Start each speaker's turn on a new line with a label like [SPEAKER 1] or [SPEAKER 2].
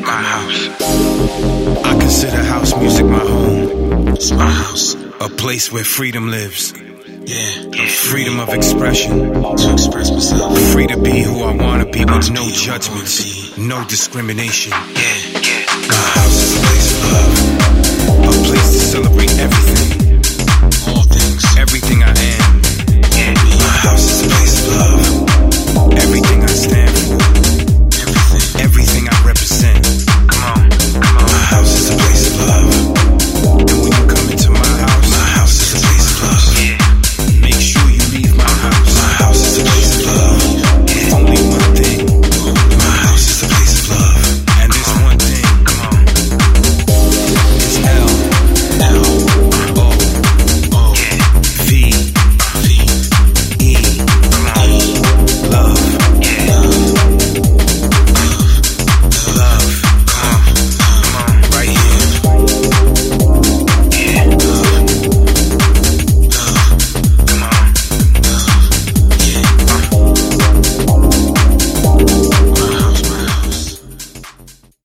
[SPEAKER 1] my house. I consider house music my home. It's my house. A place where freedom lives. Yeah. Freedom of expression. To express myself. Free to be who I wanna be with no judgments, no discrimination. Yeah. My house is a place of love. A place to celebrate everything. All things. Everything I am. My house is a place of love. E,